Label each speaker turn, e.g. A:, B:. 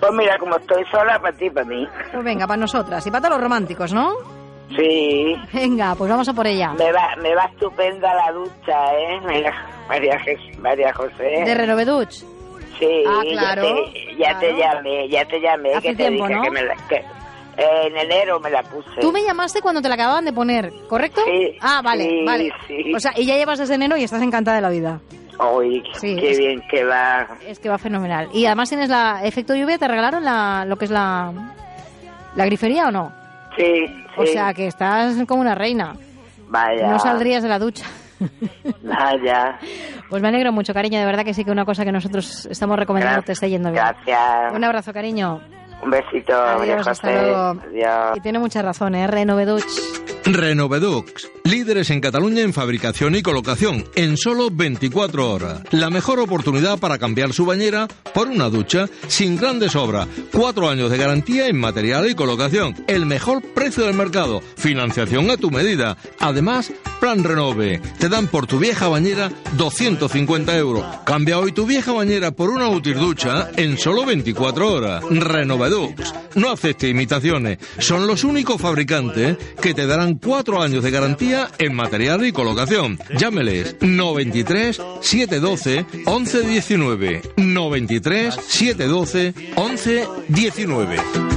A: Pues mira, como estoy sola, para ti, para mí.
B: Pues venga, para nosotras y para todos los románticos, ¿no?
A: Sí.
B: Venga, pues vamos a por ella.
A: Me va, me va estupenda la ducha, ¿eh? Mira, María, Je- María José.
B: De Renoveduch.
A: Sí,
B: Ah,
A: ya
B: claro,
A: te- ya, te,
B: claro.
A: llamé, ya te llamé.
B: Hace
A: que te
B: tiempo,
A: dije
B: ¿no?
A: que me la, que, eh, en enero me la puse.
B: Tú me llamaste cuando te la acababan de poner, ¿correcto?
A: Sí,
B: ah, vale,
A: sí,
B: vale.
A: sí.
B: O sea, y ya llevas desde enero y estás encantada de la vida.
A: Uy,
B: Sí,
A: qué
B: es-
A: bien que va.
B: Es que va fenomenal. Y además tienes la efecto lluvia, te regalaron la, lo que es la, la grifería o no.
A: Sí,
B: O
A: sí,
B: sea, que estás como una reina.
A: Vaya.
B: No saldrías de la ducha.
A: Vaya.
B: Pues me alegro mucho, cariño. De verdad que sí que una cosa que nosotros estamos recomendando te está yendo bien.
A: Gracias.
B: Un abrazo, cariño.
A: Un besito, María
B: Adiós,
A: José.
B: hasta luego.
A: Adiós.
B: Y tiene mucha razón, ¿eh? Renoveduch.
C: Renovedux, líderes en Cataluña en fabricación y colocación en solo 24 horas. La mejor oportunidad para cambiar su bañera por una ducha sin grandes obras. Cuatro años de garantía en material y colocación. El mejor precio del mercado. Financiación a tu medida. Además, Plan Renove. Te dan por tu vieja bañera 250 euros. Cambia hoy tu vieja bañera por una útil ducha en solo 24 horas. Renovedux. No acepte imitaciones. Son los únicos fabricantes que te darán cuatro años de garantía en material y colocación. Llámeles 93 712 1119. 93 712 1119.